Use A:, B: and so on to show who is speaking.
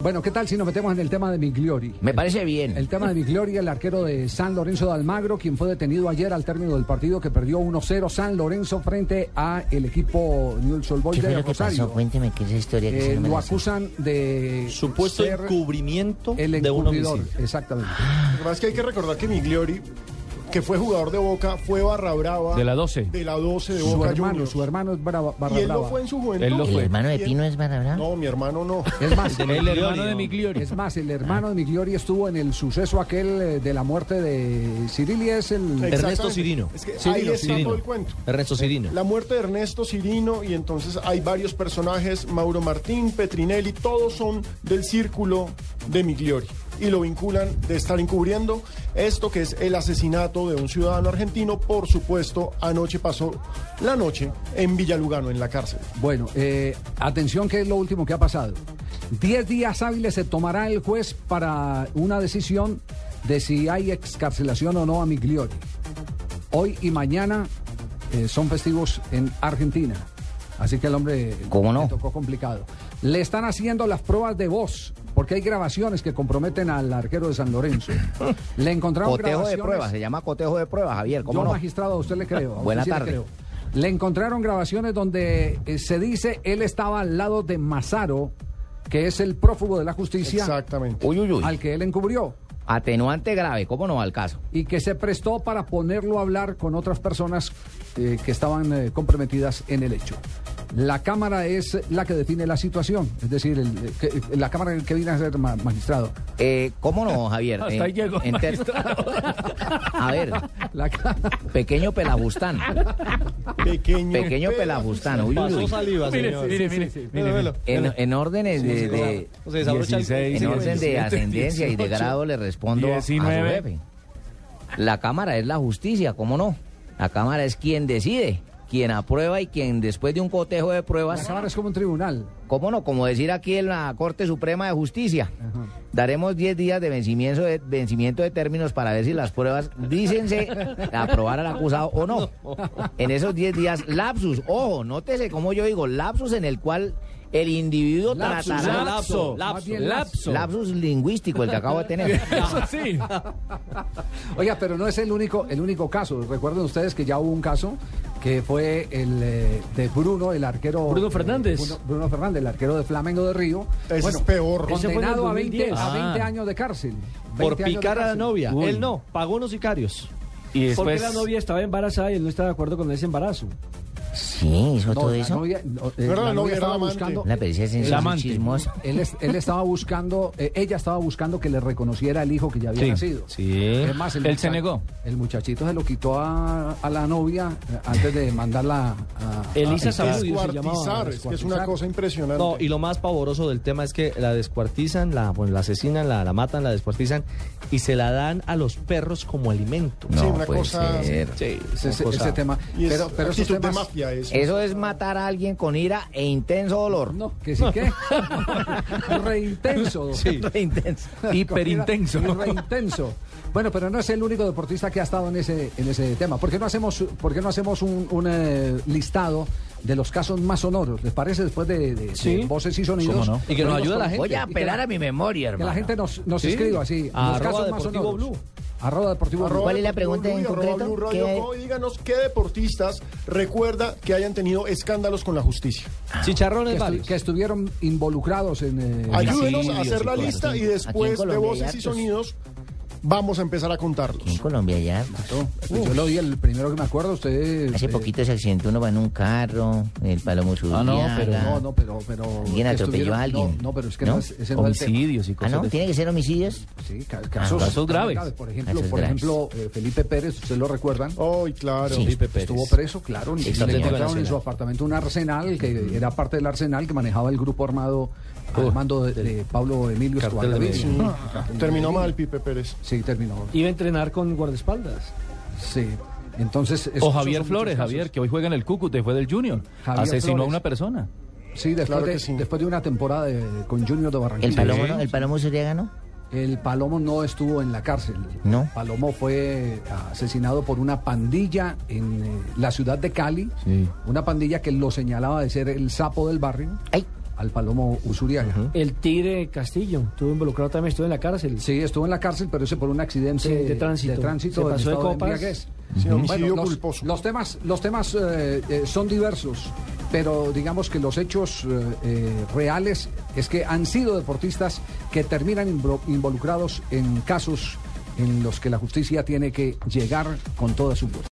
A: Bueno, ¿qué tal si nos metemos en el tema de Migliori?
B: Me parece bien.
A: El tema de Migliori, el arquero de San Lorenzo de Almagro, quien fue detenido ayer al término del partido que perdió 1-0 San Lorenzo frente a el equipo Newell's Old Boys
B: ¿Qué fue
A: de
B: lo que pasó?
A: Rosario.
B: Cuénteme qué es esa historia que
A: Eh,
B: se no me
A: lo
B: la sé.
A: acusan de
C: Supuesto
A: ser
C: encubrimiento
A: el
C: de un
A: encubridor,
C: homicidio.
A: exactamente.
D: Lo que pasa es que hay que recordar que Migliori, que fue jugador de Boca, fue barra brava.
E: De la 12.
D: De la 12 de
A: Su
D: Boca
A: hermano,
D: Juniors.
A: su hermano es Brava, Barra
D: Y él no
A: Brava.
D: fue en su juventud.
E: Él no
B: ¿El
E: fue.
B: hermano de
D: Y él-
B: Pino es barra brava?
D: No, mi hermano no.
A: Es más,
E: El
C: Migliori,
E: hermano de
C: ¿no?
E: Migliori.
A: es más, el hermano de Migliori estuvo en el suceso aquel eh, de la muerte de Cirili, es el...
C: Ernesto
D: Exactamente.
C: Cirino.
D: Es que ahí
C: Cirino,
D: está
C: Cirino.
D: todo el cuento.
C: Ernesto Cirino.
D: La muerte de Ernesto Cirino y entonces hay varios personajes, Mauro Martín, Petrinelli, todos son del círculo de Migliori y lo vinculan de estar encubriendo esto que es el asesinato de un ciudadano argentino, por supuesto, anoche pasó la noche en Villalugano, en la cárcel.
A: Bueno, eh, atención que es lo último que ha pasado. Diez días hábiles se tomará el juez para una decisión de si hay excarcelación o no a Migliori. Hoy y mañana eh, son festivos en Argentina. Así que el hombre
B: ¿Cómo no?
A: le tocó complicado. Le están haciendo las pruebas de voz, porque hay grabaciones que comprometen al arquero de San Lorenzo. Le encontraron
B: Cotejo de
A: grabaciones-
B: pruebas, se llama cotejo de pruebas, Javier, ¿cómo
A: yo,
B: no?
A: magistrado, a usted le creo. a usted
B: Buena
A: sí le
B: tarde.
A: creo. Le encontraron grabaciones donde eh, se dice él estaba al lado de Mazaro, que es el prófugo de la justicia
D: Exactamente.
B: Uy, uy, uy.
A: al que él encubrió
B: Atenuante grave, ¿cómo no al caso?
A: y que se prestó para ponerlo a hablar con otras personas eh, que estaban eh, comprometidas en el hecho. La Cámara es la que define la situación, es decir, el- eh, que- la Cámara que viene a ser ma- magistrado.
B: Eh, ¿Cómo no, Javier?
E: Hasta
B: En-
E: ahí llegó,
B: en ter- A ver,
A: La ca-
B: pequeño pelabustán.
D: Pequeño,
B: Pequeño
D: pelado.
B: pelabustán, uy, uy, uy.
C: saliva,
E: Mire, mire, mire, mire, mire.
B: En, en órdenes de, de-
C: O sea, desabrocha el-
E: 16,
B: en orden de ascendencia y de grado le respondo a- a su
E: 19.
B: jefe. La Cámara es la justicia, ¿cómo no? La Cámara es quien decide, quien aprueba y quien después de un cotejo de
A: la
B: pruebas
A: Cámara es como un tribunal.
B: ¿Cómo no? Como decir aquí en la Corte Suprema de Justicia. Daremos 10 días de vencimiento, de vencimiento de términos para ver si las pruebas dícense a aprobar al acusado o no. En esos 10 días, lapsus. Ojo, nótese como yo digo, lapsus en el cual el individuo
A: Lapsus,
B: tratará...
A: lapsus.
C: Lapso,
A: Más bien
C: lapso, lapso.
B: Lapsus lingüístico, el que acabo de tener.
E: Eso sí.
A: Oiga, pero no es el único, el único caso. Recuerden ustedes que ya hubo un caso que fue el eh, de Bruno, el arquero.
E: Bruno
A: eh,
E: Fernández.
A: Bruno, Bruno Fernández, el arquero de Flamengo de Río.
D: Ese es peor.
E: Ese fue en el
A: Condenado a 20,
E: 2010.
A: a 20
E: Ah.
A: años de cárcel.
C: Por
A: 20 años de
C: picar a la
A: cárcel.
C: novia.
E: Uy.
C: Él no, pagó unos sicarios.
E: Y
F: Porque
E: después.
F: la novia estaba embarazada y él no está de acuerdo con ese embarazo.
B: Sí, hizo
A: No,
B: todo
A: la
B: eso.
A: novia, no, eh,
D: era
A: la
D: la
A: novia
D: novia, era
A: estaba
D: la amante.
A: buscando.
B: La pericia es
E: La
B: un
E: amante.
B: chismoso.
A: Él, es- él estaba buscando, eh, ella estaba buscando que le reconociera el hijo que ya había
E: Sí,
A: nacido.
E: sí.
A: Es más, el
E: Él
A: mucha-
E: se negó.
A: El muchachito se lo quitó a, a la novia eh, antes de mandarla a.
F: Elisa Zamudio se
D: Descuartizar,
F: llamaba.
D: es que es una cosa impresionante.
C: No, y lo más pavoroso del tema es que la descuartizan, la, bueno, la asesinan, la, la matan, la descuartizan y se la dan a los perros como alimento.
D: Sí,
B: No
D: una
B: puede
D: cosa-
B: ser.
C: Sí,
A: ese, ese-
C: una cosa-
A: ese tema.
D: Y es
A: pero pero esos
D: actitud de
A: temas-
D: mafia eso.
B: Eso es matar a alguien con ira e intenso dolor.
A: No, que sí que. Reintenso.
C: Sí.
B: Re intenso.
E: Hiperintenso.
A: Reintenso. Bueno, pero no es el único deportista que ha estado en ese, en ese tema. ¿Por qué no hacemos, por qué no hacemos un, un, eh, listado de los casos más sonoros? ¿Les parece después de, de- de
F: Sí.
A: voces y sonidos?
E: ¿Cómo no?
C: Pues, Y que nos ayude la gente.
B: Voy a apelar a mi memoria,
A: Que
B: hermano.
A: la gente nos, nos
C: Sí.
A: escriba así.
C: Arroba
A: los casos más
C: Deportivo
A: sonoros.
C: Blue.
A: Arroba Deportivo Blue.
B: ¿Cuál es la pregunta en concreto? ¿Qué-
D: ¿Qué? Díganos qué deportistas recuerda que hayan tenido escándalos con la justicia.
A: Que,
C: Chicharrones
A: estu-
C: varios.
A: que estuvieron involucrados en. eh,
D: Ayúdenos
B: sí,
D: a hacer
B: sí,
D: la
B: claro,
D: lista
B: sí.
D: y
B: Aquí en
D: después de
B: Colombia hay
D: voces y
B: hartos.
D: sonidos vamos a empezar a
B: En
D: contarlos.
B: Colombia ya, pues,
A: Pues yo lo vi el primero que me acuerdo, usted.
B: hace
A: eh,
B: poquito se accidentó uno va en un carro, el Palomo Zurriaga.
E: Ah, no, pero
A: No, no, pero. pero
B: Alguien
A: que
B: atropelló a
A: estuvieron-
B: alguien.
A: No, no, pero es que
B: ¿No?
A: no es, ese no es el tema.
E: Homicidios y
B: Ah,
E: cosas.
B: ¿no?
E: de-
B: ¿Tiene que ser homicidios?
A: Sí, ca- casos,
E: casos graves.
A: Por ejemplo,
B: Ah, Casos
A: por
B: graves. Oh,
A: ejemplo eh, Felipe Pérez, ¿ustedes lo recuerdan?
D: Ay, claro.
B: Sí.
C: Felipe Pérez.
A: Estuvo preso, claro. y
B: Ex-Atlético
A: Le encontraron en
C: Nacional.
A: su apartamento un arsenal que era parte del arsenal que manejaba el grupo armado
B: Oh,
A: al mando de, de Pablo Emilio Escobar
C: Cartel de
A: Gaviria.
C: Medellín.
D: Terminó mal Pipe Pérez.
A: Sí, terminó.
F: Iba a entrenar con guardaespaldas.
A: Sí. Entonces. esos
E: O
A: son
E: Javier
A: muchos
E: Flores,
A: casos.
E: Javier, que hoy juega en el Cúcuta y fue del Junior.
A: Javier
E: Asesinó
A: Flores.
E: a una persona.
A: Sí, después,
D: Claro
A: de,
D: que sí.
A: después de una temporada de- con Junior de Barranquilla.
B: ¿El Palomo, no? ¿El Palomo Zurriaga no?
A: El Palomo no estuvo en la cárcel.
B: No.
A: Palomo fue asesinado por una pandilla en eh, la ciudad de Cali.
E: Sí.
A: Una pandilla que lo señalaba de ser el sapo del barrio.
B: Ay,
A: al Palomo Usuriaga.
E: El Tigre Castillo, estuvo involucrado también, estuvo en la cárcel.
A: Sí, estuvo en la cárcel, pero ese por un accidente
E: Sí, de tránsito.
A: de tránsito
E: Se
A: del
E: pasó de
A: estado
E: copas.
A: embriaguez.
D: Sí, homicidio
A: los,
D: culposo.
A: los temas, los temas eh, eh, son diversos, pero digamos que los hechos eh, eh, reales es que han sido deportistas que terminan imbro- involucrados en casos en los que la justicia tiene que llegar con toda su fuerza.